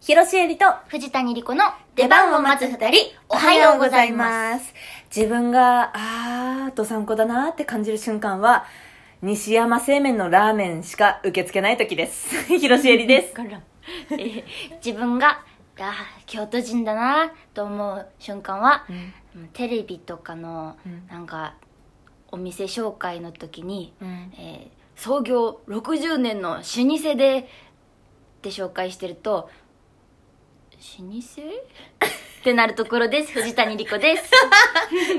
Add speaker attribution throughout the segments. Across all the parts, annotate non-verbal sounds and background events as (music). Speaker 1: 広瀬えりと
Speaker 2: 藤谷莉子の
Speaker 1: 出番を待つ二人、。
Speaker 2: おはようございます
Speaker 1: 自分が、あー、どさんこだなーって感じる瞬間は、西山製麺のラーメンしか受け付けない時
Speaker 2: (laughs)
Speaker 1: です。広瀬えりです。
Speaker 2: からんえー (laughs) 自分があー京都人だなと思う瞬間は、テレビとかの
Speaker 1: うん
Speaker 2: なんかお店紹介の時に、
Speaker 1: うん
Speaker 2: えー創業60年の老舗でって紹介してると老舗 (laughs) ってなるところです藤谷莉子です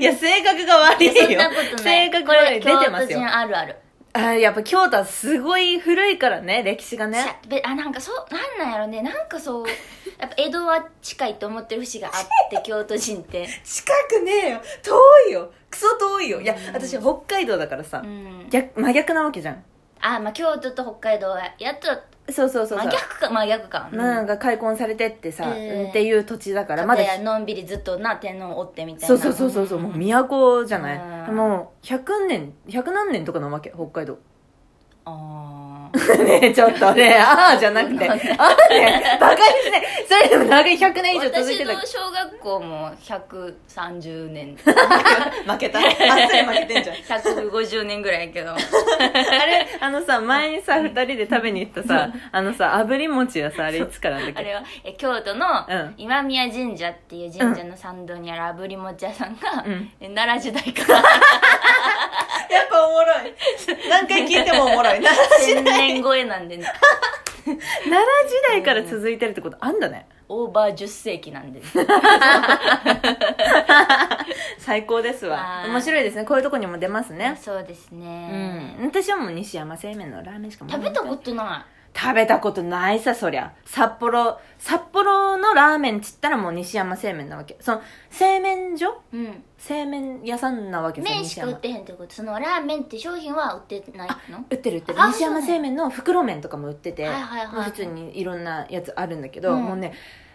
Speaker 1: いや、性格が悪
Speaker 2: い
Speaker 1: い
Speaker 2: や
Speaker 1: よ。
Speaker 2: そんなことない
Speaker 1: 性格
Speaker 2: こ
Speaker 1: 悪
Speaker 2: れ
Speaker 1: い。出てま
Speaker 2: 京
Speaker 1: す
Speaker 2: 都
Speaker 1: よ
Speaker 2: 人。あるある
Speaker 1: あーやっぱ京都はすごい古いからね、歴史がね。
Speaker 2: しゃべあなんかそうなんなんやろねなん
Speaker 1: (laughs)
Speaker 2: かそうやっぱ江戸は近いと思ってる節があって京都人って
Speaker 1: 近くねえよ。遠いよ。クソ遠いよ。いや、私北海道だからさ
Speaker 2: う、ん
Speaker 1: 逆、真逆なわけじゃん。
Speaker 2: あまあ京都と北海道はやっと
Speaker 1: そうそうそうそう。
Speaker 2: 真逆か真逆か
Speaker 1: なんか開墾されてってさ、
Speaker 2: えー
Speaker 1: っていう土地だからま
Speaker 2: ま
Speaker 1: だ
Speaker 2: だのんびりずっとな天皇おってみたい
Speaker 1: そ
Speaker 2: な
Speaker 1: うそうそうそうそうもう都じゃない、
Speaker 2: うん
Speaker 1: もう100年100何年とかなわけ北海道 (laughs)
Speaker 2: あ
Speaker 1: ねえちょっと (laughs) ねああじゃなくてああねバカにしないそれでも長い100年以上続い
Speaker 2: 私
Speaker 1: て
Speaker 2: の
Speaker 1: た
Speaker 2: 小学校も130年
Speaker 1: (laughs) 負けたあっさり負けてんじゃん
Speaker 2: 150年ぐらいやけ
Speaker 1: (laughs)
Speaker 2: ど
Speaker 1: あれあのさ前にさ2人で食べに行ったさあのさ炙り餅はさあれいつからだっ
Speaker 2: あ
Speaker 1: け
Speaker 2: れはえ京都の
Speaker 1: うん
Speaker 2: 今宮神社っていう神社の参道にある炙り餅屋さんが、
Speaker 1: うん
Speaker 2: え奈良時代から
Speaker 1: やっぱおもろい何回聞いてもおもろい (laughs) 奈
Speaker 2: 1000年超えなんでね
Speaker 1: 良時代から続いてるってことあんだね
Speaker 2: オーバー10世紀なんでね
Speaker 1: 最高ですわ
Speaker 2: はい
Speaker 1: 面白いですねこういうとこにも出ますね
Speaker 2: そうですね、
Speaker 1: うん私はもう西山製麺のラーメンしかもう
Speaker 2: 食べたことな
Speaker 1: 食べたことないさそりゃ札幌札幌のラーメンっつったらもう西山製麺なわけその製麺所
Speaker 2: いうん
Speaker 1: 製麺屋さんなわけさ
Speaker 2: 麺しか売
Speaker 1: 西
Speaker 2: っ
Speaker 1: 山
Speaker 2: てへんってことそのラーメンって商品は売ってないの
Speaker 1: 売ってる売ってる
Speaker 2: あ
Speaker 1: 西山製麺の袋麺とかも売ってて、
Speaker 2: はいはいはいはい
Speaker 1: 普通にいろんなやつあるんだけど、
Speaker 2: うん
Speaker 1: もうね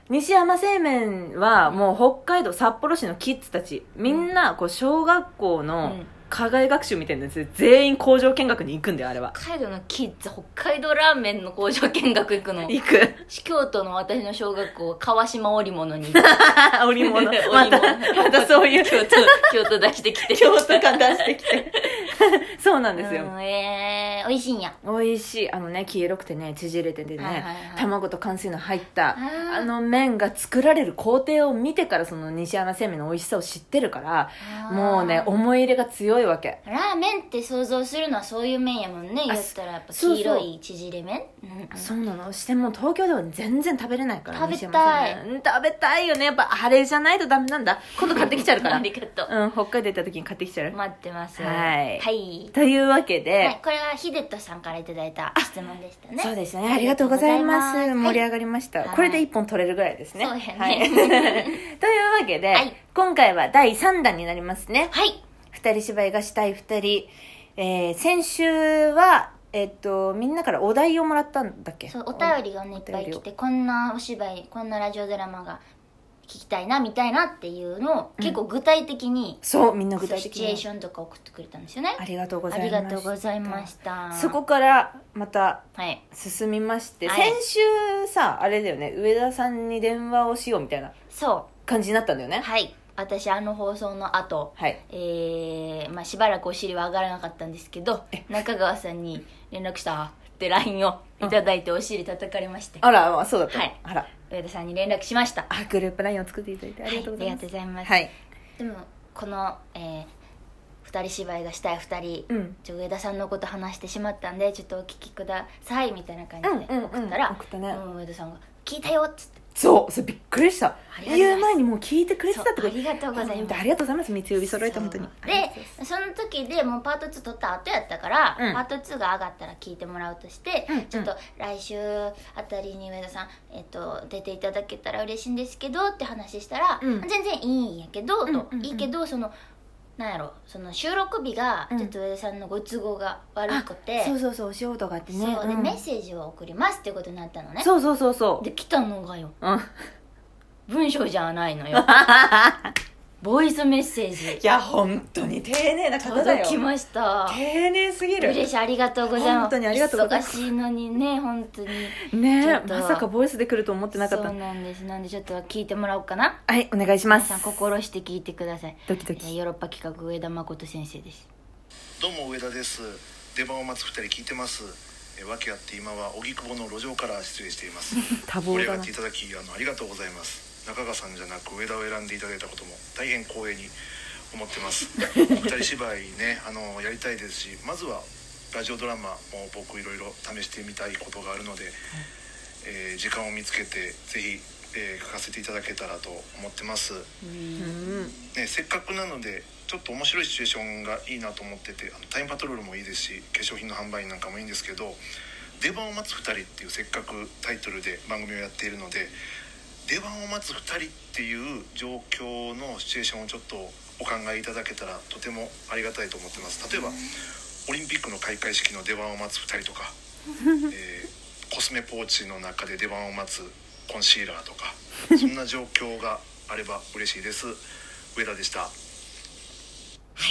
Speaker 1: 西山製麺はもう北海道札幌市のキッズたちみんなこう小学校の
Speaker 2: うん
Speaker 1: 課外学習みたいなやつで全員工場見学に行くんだよあれは
Speaker 2: 北海道のキッズ北海道ラーメンの工場見学行くの
Speaker 1: 行く
Speaker 2: 京都の私の小学校は川島織物 (laughs) に行く
Speaker 1: あ織物
Speaker 2: (laughs) 織
Speaker 1: (laughs)
Speaker 2: 物
Speaker 1: また (laughs) またそういう
Speaker 2: 京都京都出してきてる
Speaker 1: 京都感出してきてそうなんです
Speaker 2: う
Speaker 1: よ、
Speaker 2: んえー、美味しいんや
Speaker 1: 美味しいあのね黄色くてね縮れててね、
Speaker 2: はいはいはい
Speaker 1: 卵と乾水の入った
Speaker 2: あー
Speaker 1: あの麺が作られる工程を見てからその西山製麺の美味しさを知ってるからもうね思い入れが強いわけ
Speaker 2: ラーメンって想像するのはそういう麺やもんね言ったらやっぱ
Speaker 1: そうそう
Speaker 2: 黄色い縮れ麺うんうん
Speaker 1: そうなのしてもう東京では全然食べれないから
Speaker 2: 食べたい
Speaker 1: 西山製麺うん食べたいよねやっぱあれじゃないとダメなんだ今度買ってきち
Speaker 2: (laughs)
Speaker 1: ゃうから
Speaker 2: ありがとう
Speaker 1: うん北海道行った時に買ってきちゃう、
Speaker 2: 待ってます
Speaker 1: はい
Speaker 2: はい
Speaker 1: というわけで、
Speaker 2: はいこれはヒデトさんからいただいた質問でしたね
Speaker 1: そうですね。ありがとうございます。
Speaker 2: ありがとうご
Speaker 1: 盛
Speaker 2: ざ
Speaker 1: り
Speaker 2: いま
Speaker 1: 上がりました。
Speaker 2: はい
Speaker 1: これで一本取れるぐらいですね。
Speaker 2: そうやね
Speaker 1: はい、 (laughs) というわけで、
Speaker 2: はい
Speaker 1: 今回は第3弾になりますね。
Speaker 2: すはい
Speaker 1: 二人芝居がしたい二人。えー、先週は、えっと、みんなからお題をもらったんだっけ
Speaker 2: そうお便りがねいっぱい来てこんなお芝居こんなラジオドラマが聞きたいなみたいなっていうのを結構具体的に
Speaker 1: そう、みんな具
Speaker 2: そう
Speaker 1: 体
Speaker 2: シ
Speaker 1: 的
Speaker 2: チュエー
Speaker 1: に。
Speaker 2: ションとか送ってくれたんですよね
Speaker 1: ありがとうござ
Speaker 2: あ
Speaker 1: いま
Speaker 2: り
Speaker 1: した。
Speaker 2: がとうございました
Speaker 1: そこから、また、
Speaker 2: はい
Speaker 1: 進みまして、
Speaker 2: はい
Speaker 1: 先週さ、あれだよね、上田さんに電話をしようみたいな
Speaker 2: そ
Speaker 1: 感じになったんだよ
Speaker 2: う
Speaker 1: ね。
Speaker 2: はい私あの放送の後
Speaker 1: はい。
Speaker 2: えーまあ、しばらくお尻は上がらなかったんですけど中川さんに連絡したって LINE をいただいてお尻叩かれまして
Speaker 1: あら、あそうだった。
Speaker 2: はい
Speaker 1: あら。
Speaker 2: 上田さんに連絡しました
Speaker 1: あグループラインを作っていただいてありがとうございます、
Speaker 2: はいありがとうございます
Speaker 1: はい、
Speaker 2: でもこの、えー、二人芝居がしたい二人、
Speaker 1: うん
Speaker 2: ちょ上田さんのこと話してしまったんでちょっとお聞きくださいみたいな感じ
Speaker 1: うんう
Speaker 2: で
Speaker 1: んうん
Speaker 2: 送ったら、
Speaker 1: 送ったね
Speaker 2: うん上田さんが「聞いたよ」っつって
Speaker 1: そうそれびっくりした
Speaker 2: りがとうございます
Speaker 1: 言う前にもう聞いてくれてたってこと
Speaker 2: そうありがとうございます
Speaker 1: 本当にありがとうございます三つ指揃えて本当に
Speaker 2: そうでその時でもうパート2取った後やったから、
Speaker 1: うん
Speaker 2: パート2が上がったら聞いてもらうとして、
Speaker 1: うんうん
Speaker 2: ちょっと来週あたりに上田さん、えっと出ていただけたら嬉しいんですけどって話したら、
Speaker 1: うん
Speaker 2: 全然いいんやけど、
Speaker 1: うんうんう
Speaker 2: と
Speaker 1: ん
Speaker 2: いいけどそのなんやろその収録日が
Speaker 1: うん
Speaker 2: ちょっと上田さんのご都合が悪くて、
Speaker 1: そうそうそうお仕事があってね
Speaker 2: そうで、
Speaker 1: ん
Speaker 2: メッセージを送りますってことになったのね
Speaker 1: そうそうそうそう
Speaker 2: で来たのがよ
Speaker 1: うん、、
Speaker 2: 文章じゃないのよボイスメッセージ
Speaker 1: いや本当に丁寧な方だ
Speaker 2: 届
Speaker 1: よ
Speaker 2: きました
Speaker 1: 丁寧すぎる
Speaker 2: 嬉しいありがとうございます
Speaker 1: 本当にありがとうございます
Speaker 2: 忙しいのにね本当にちょ
Speaker 1: ね
Speaker 2: っ
Speaker 1: え
Speaker 2: と
Speaker 1: まさかボイスで来ると思ってなかった
Speaker 2: そうなんですなんでちょっと聞いてもらおうかな
Speaker 1: はいお願いしま
Speaker 2: 皆
Speaker 1: す
Speaker 2: さん心して聞いてください
Speaker 1: ドキド
Speaker 2: えー
Speaker 1: キ
Speaker 2: ヨーロッパ企画上田誠先生です
Speaker 3: どうも上田です出番を待つ二人聞いてますえー訳あって今は荻窪の路上から失礼しています
Speaker 1: (laughs) 多
Speaker 3: 盛り
Speaker 1: 忙だ
Speaker 3: 上が
Speaker 1: な
Speaker 3: っていただきあのありがとうございます中川さんじゃなく上田を選んでいただいたことも大変光栄に思ってます
Speaker 1: (laughs)
Speaker 3: 二人芝居ねあのやりたいですしまずはラジオドラマも僕いろいろ試してみたいことがあるので、えー時間を見つけてぜひ、えー書かせていただけたらと思ってます
Speaker 1: うん
Speaker 3: ね、せっかくなのでちょっと面白いシチュエーションがいいなと思っててあのタイムパトロールもいいですし化粧品の販売なんかもいいんですけど「出番を待つ2人」っていうせっかくタイトルで番組をやっているので出番を待つ2人っていう状況のシチュエーションをちょっとお考えいただけたらとてもありがたいと思ってます例えばオリンピックの開会式の出番を待つ2人とか、えーコスメポーチの中で出番を待つコンシーラーとかそんな状況があれば嬉しいです上田でした
Speaker 2: は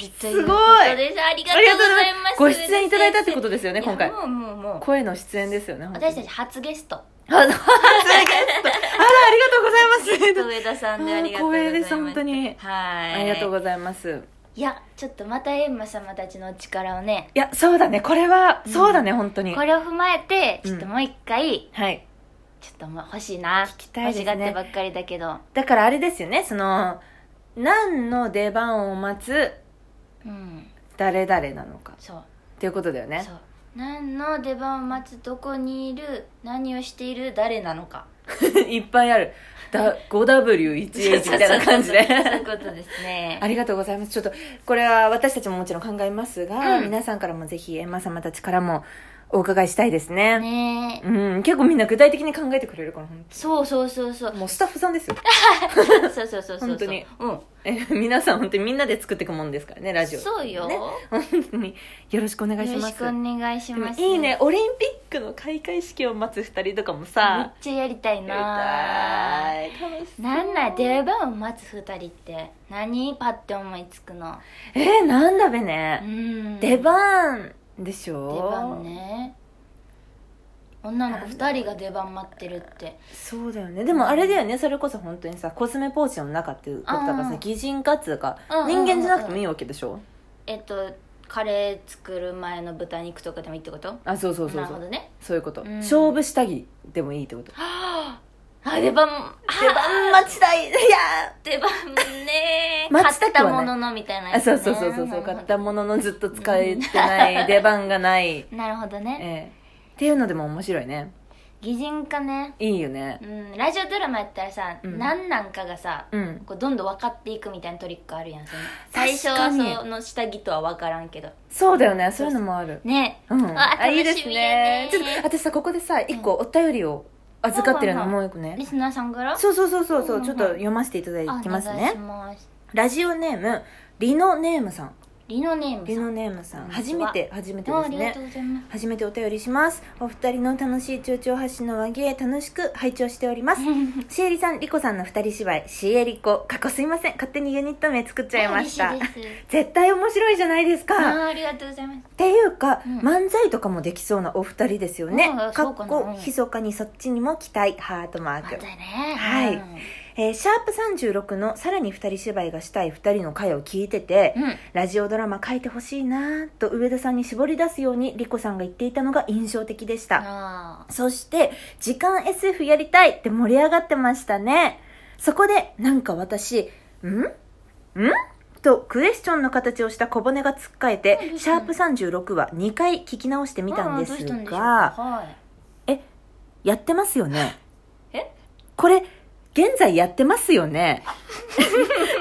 Speaker 2: いとい
Speaker 1: ごいう
Speaker 2: ことですありがとうございます
Speaker 1: ご出演いただいたってことですよね
Speaker 2: いや
Speaker 1: 今回
Speaker 2: もうもうもう
Speaker 1: 声の出演ですよね本当に
Speaker 2: 私たち初ゲスト
Speaker 1: あ初ゲス
Speaker 2: (laughs)
Speaker 1: トあらありがとうございます
Speaker 2: 上田さんでありがとうございます
Speaker 1: 光栄です本当に
Speaker 2: はい
Speaker 1: ありがとうございます
Speaker 2: いやちょっとまたエンマ様たちのお力をね
Speaker 1: いやそうだねこれは
Speaker 2: うん
Speaker 1: そうだね本当に
Speaker 2: これを踏まえて
Speaker 1: うん
Speaker 2: ちょっともう一回
Speaker 1: はい
Speaker 2: ちょっともう欲しいな
Speaker 1: 聞きたいですね
Speaker 2: 欲しがってばっかりだけど
Speaker 1: だからあれですよねその何の出番を待つ
Speaker 2: うん
Speaker 1: 誰々なのかっ
Speaker 2: そう
Speaker 1: ていうことだよね
Speaker 2: そう何の出番を待つどこにいる何をしている誰なの
Speaker 1: (laughs)
Speaker 2: か
Speaker 1: (laughs) いっぱいあるだ 5W1H みたいな感じで
Speaker 2: そうそうそうそういうことですね
Speaker 1: (laughs) ありがとうございます。ちょっと、これは私たちももちろん考えますが、
Speaker 2: うん
Speaker 1: 皆さんからもぜひ、エンマ様たちからもお伺いしたいですね。
Speaker 2: ねえ
Speaker 1: うん、結構みんな具体的に考えてくれるから、ほん
Speaker 2: そうそうそ
Speaker 1: (laughs)
Speaker 2: うそう
Speaker 1: ともうスタッフさんですよ。
Speaker 2: そうそうそうそうそう
Speaker 1: 本当に
Speaker 2: うん
Speaker 1: え皆さん本当にみんなで作っていくもんですからね、ラジオ。
Speaker 2: そうよ、
Speaker 1: ね本当に、よろしくお願いし
Speaker 2: よろ
Speaker 1: ま
Speaker 2: し
Speaker 1: す。
Speaker 2: くお願いします
Speaker 1: でもいいね、オリンピックの開会式を待つ二人とかも
Speaker 2: めっ
Speaker 1: さ、
Speaker 2: ちゃやりたいな
Speaker 1: やりたい。楽しそう。
Speaker 2: なんなん出番を待つ二人って何パッて思いつくの
Speaker 1: えー、なんだべ
Speaker 2: う
Speaker 1: ね。
Speaker 2: ん
Speaker 1: 出番でしょ
Speaker 2: 出番。ね女の子二人が出番待ってるって
Speaker 1: そうだよねでもあれだよねそれこそ本当にさコスメポーチの中っていうことだから
Speaker 2: うんう
Speaker 1: さ
Speaker 2: ん
Speaker 1: 擬人化っつうか
Speaker 2: うんうんうん
Speaker 1: 人
Speaker 2: うん
Speaker 1: 間じゃなくてもいいわけでしょ
Speaker 2: えっとカレー作る前の豚肉とかでもいいってこと
Speaker 1: あそうそうそうそ
Speaker 2: なるほど
Speaker 1: う
Speaker 2: ね
Speaker 1: そういうこと
Speaker 2: うん
Speaker 1: 勝負下着でもいいってこと
Speaker 2: あ出番
Speaker 1: 出番待ちたいいや
Speaker 2: 出番ね
Speaker 1: (laughs) 待ちた
Speaker 2: 買っ
Speaker 1: くは
Speaker 2: た
Speaker 1: ない
Speaker 2: もののみたいな
Speaker 1: ーあそうそうそうそうそう買ったもののずっと使えてない出番がない
Speaker 2: なるほど (laughs) ね
Speaker 1: ええっていうのでも面白いね
Speaker 2: 擬人化ね
Speaker 1: いいよね
Speaker 2: うんラジオドラマやったらさ、
Speaker 1: うん
Speaker 2: 何なんかがさ、
Speaker 1: うん
Speaker 2: こうどんどん分かっていくみたいなトリックあるやんその
Speaker 1: か
Speaker 2: 最
Speaker 1: に
Speaker 2: 初はその下着とは分からんけど
Speaker 1: そうだよねそういうのもある
Speaker 2: ね
Speaker 1: うん
Speaker 2: あ
Speaker 1: あいいです
Speaker 2: 楽しみやね
Speaker 1: ねちょっと私さここでさ一個お便りを預かってるのもう一個ね
Speaker 2: (laughs) リスナーさんから
Speaker 1: そうそうそうそう
Speaker 2: うんう
Speaker 1: そ
Speaker 2: んう
Speaker 1: うんちょっと読ませていただ
Speaker 2: あ
Speaker 1: きます
Speaker 2: お願い
Speaker 1: ね
Speaker 2: します
Speaker 1: ラジオネームリノネームさん
Speaker 2: リノネーム
Speaker 1: リ
Speaker 2: さん
Speaker 1: ノネームさん
Speaker 2: こんにち
Speaker 1: 初
Speaker 2: は
Speaker 1: めて初めて
Speaker 2: あ
Speaker 1: で
Speaker 2: あ
Speaker 1: す
Speaker 2: りがと
Speaker 1: ね
Speaker 2: うございます
Speaker 1: 初めてお便りしますお二人の楽しい中長発信の和芸楽しく拝聴しておりますシエリさんリコさんの二人芝居シエリコ過去すいません勝手にユニット名作っちゃいました
Speaker 2: あ嬉しいです
Speaker 1: 絶対面白いじゃないです
Speaker 2: あ
Speaker 1: か
Speaker 2: あありがとうございます
Speaker 1: っていうか、
Speaker 2: うん
Speaker 1: 漫才とかもできそうなお二人ですよね
Speaker 2: うん。
Speaker 1: か
Speaker 2: そう
Speaker 1: っ
Speaker 2: かな
Speaker 1: こ、ひそかにそっちにも期待、ハートマー
Speaker 2: ま
Speaker 1: ク
Speaker 2: た。ね
Speaker 1: はい
Speaker 2: うん
Speaker 1: えーシャープ36のさらに二人芝居がしたい二人の回を聞いてて、
Speaker 2: うん
Speaker 1: ラジオドラマ書いてほしいなぁと上田さんに絞り出すようにリコさんが言っていたのが印象的でした。
Speaker 2: あ
Speaker 1: そして、時間 SF やりたいって盛り上がってましたね。そこで、なんか私、んんとクエスチョンの形をした小骨がつっかえ
Speaker 2: うんど
Speaker 1: て、
Speaker 2: うし
Speaker 1: シ
Speaker 2: た
Speaker 1: ャ
Speaker 2: の
Speaker 1: ープ36は2回聞き直してみたんです
Speaker 2: ああどうしたんでしょう
Speaker 1: が、
Speaker 2: はい
Speaker 1: やってますよね
Speaker 2: え
Speaker 1: これ現在やってますよ
Speaker 2: (laughs)
Speaker 1: ね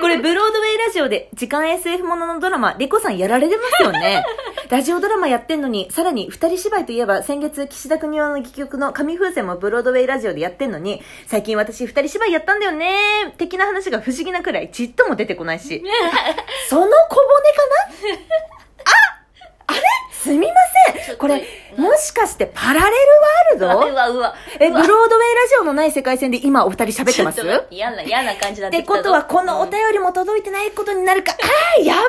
Speaker 1: これブロードウェイラジオで時間 SF もののドラマリコさんやられてますよ
Speaker 2: (laughs)
Speaker 1: ねラジオドラマやってんのにさらに二人芝居といえば先月岸田邦夫の戯曲の紙風船もブロードウェイラジオでやってんのに最近私二人芝居やったんだよね的な話が不思議なくらいちっ
Speaker 2: (laughs)
Speaker 1: とも出てこないしその小骨かなああれすみま
Speaker 2: ち
Speaker 1: せ
Speaker 2: ょ
Speaker 1: ん
Speaker 2: っと
Speaker 1: これ
Speaker 2: うん
Speaker 1: もしかしてパラレル
Speaker 2: う
Speaker 1: ワー
Speaker 2: わ
Speaker 1: ル
Speaker 2: う
Speaker 1: ド
Speaker 2: わうわ
Speaker 1: えブ
Speaker 2: う
Speaker 1: ロー
Speaker 2: わ
Speaker 1: ドウェイラジオのない世界線で今お二人喋ってます
Speaker 2: ちょと嫌な嫌な感じだ
Speaker 1: っ
Speaker 2: って
Speaker 1: て
Speaker 2: きたぞ
Speaker 1: ことは、このお便りも届いてないことになるか。ああ、やばー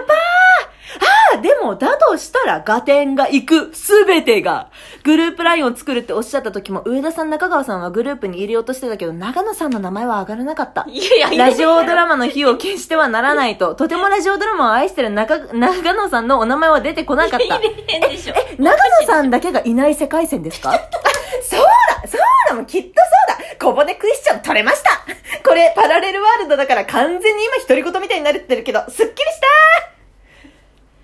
Speaker 1: ああ、でも、だとしたら、合点が行く、すべてが。グループラインを作るっておっしゃった時も、上田さん、中川さんはグループに入れようとしてたけど、長野さんの名前は上がらなかった
Speaker 2: うん。いやいやいや
Speaker 1: ラジオドラマの日を消してはならないと、とてもラジオドラマを愛してる中、長野さんのお名前は出てこなかった。
Speaker 2: 変でしょ
Speaker 1: え、長野さんだけがいない世界線ですか (laughs) そうだそうだもうきっとそうだここでクエスチョン取れましたこれパラレルワールドだから完全に今独り言みたいになってるけど、すっきりした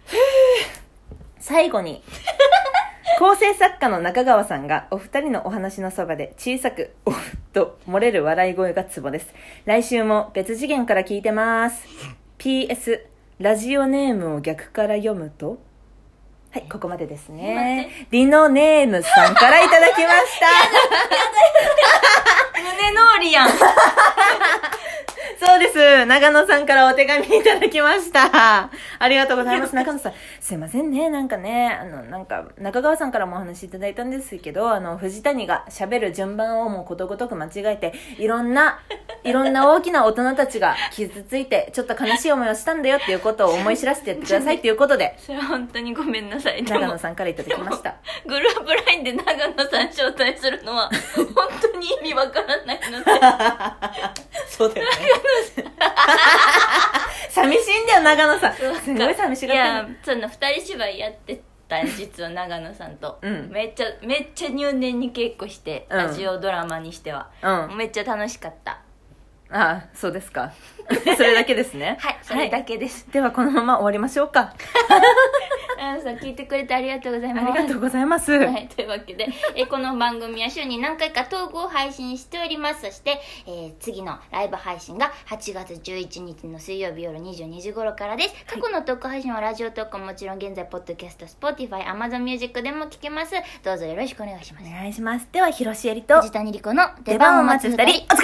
Speaker 1: ふぅ最後に、構成作家の中川さんがお二人のお話のそばで小さく、おっと漏れる笑い声がツボです。来週も別次元から聞いてます。PS、ラジオネームを逆から読むと、はい、ここまでですね。リノネームさんからいただきました。
Speaker 2: 胸のりやん
Speaker 1: そうです。長野さんからお手紙いただきました。ありがとうございます。中野さん、すいませんね。なんかね、あの、なんか、中川さんからもお話いただいたんですけど、あの、藤谷が喋る順番をもうことごとく間違えて、いろんな、 (laughs) いろんな大きな大人たちが傷ついて、ちょっと悲しい思いをしたんだよっていうことを思い知らせてやってください (laughs) っていうことで、
Speaker 2: それは本当にごめんなさいで
Speaker 1: 長野
Speaker 2: も
Speaker 1: さんからいただきました。
Speaker 2: グループラインで長野さん招待するのは本当に意味わからないので
Speaker 1: そうだよね。 (laughs) 寂しいんだよ、長野さん。すごい寂しが
Speaker 2: い
Speaker 1: っ
Speaker 2: や
Speaker 1: てる。
Speaker 2: その二人芝居やってた実は長野さんと、
Speaker 1: うん
Speaker 2: めっちゃめっちゃ入念に稽古して、
Speaker 1: うん
Speaker 2: ラジオドラマにしては、
Speaker 1: うん
Speaker 2: めっちゃ楽しかった
Speaker 1: ああ、そうですか。 (laughs) それだけですね。
Speaker 2: はいそれだけです、
Speaker 1: では、このまま終わりましょうか。
Speaker 2: 長野さん聞いてくれてありがとうござい
Speaker 1: あ
Speaker 2: ます
Speaker 1: りがとうございます。
Speaker 2: はい、というわけで、えーこの番組は週に何回かトークを配信しております。そして、えー次のライブ配信が8月11日の水曜日夜22時頃からです。過去のトーク配信はラジオトークはもちろん現在、ポッドキャスト、Spotify、Amazon Music でも聞けます。どうぞよろしくお願いしま
Speaker 1: お
Speaker 2: す。
Speaker 1: 願いします。では、広ロシエリと
Speaker 2: 藤谷莉子の
Speaker 1: 出番を待つ二人、お疲れ様でした